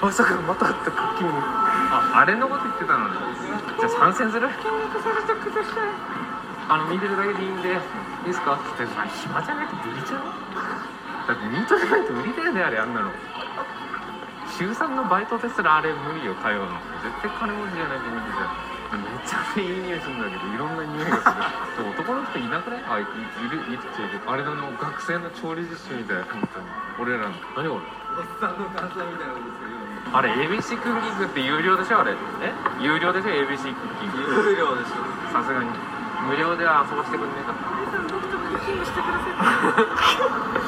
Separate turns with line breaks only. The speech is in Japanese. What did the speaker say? まさかまた会ったか君
ああれのこと言ってたのねじゃあ参戦するあの見てるだけでいいんでいいですかって言って暇じゃなくて売りちゃうだってミートじゃないと売りだよねあれあんなの週3のバイトですらあれ無理よ台湾の絶対金持ちじゃないと無理だよめちゃめちゃいい匂いするんだけどいろんな匂いがするで男の人いなくないあいいるいるっちゃいるあれの学生の調理実習みたいな本当に俺らの何俺
おっさんの感想みたいなんですけ ど
あれ ABC クッキングって有料でしょあれえ有料でしょ ABC クッキング
有料でしょ
さすがに無料では遊ばしてくんねえか
皆さん僕とクッキングしてください